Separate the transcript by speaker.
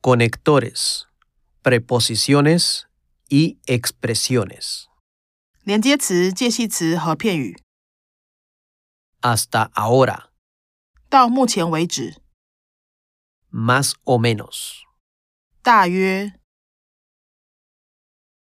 Speaker 1: Conectores, preposiciones y expresiones.
Speaker 2: 连接词、介系词和片语。
Speaker 1: Hasta ahora,
Speaker 2: 到目前为止，
Speaker 1: más o menos.
Speaker 2: 大约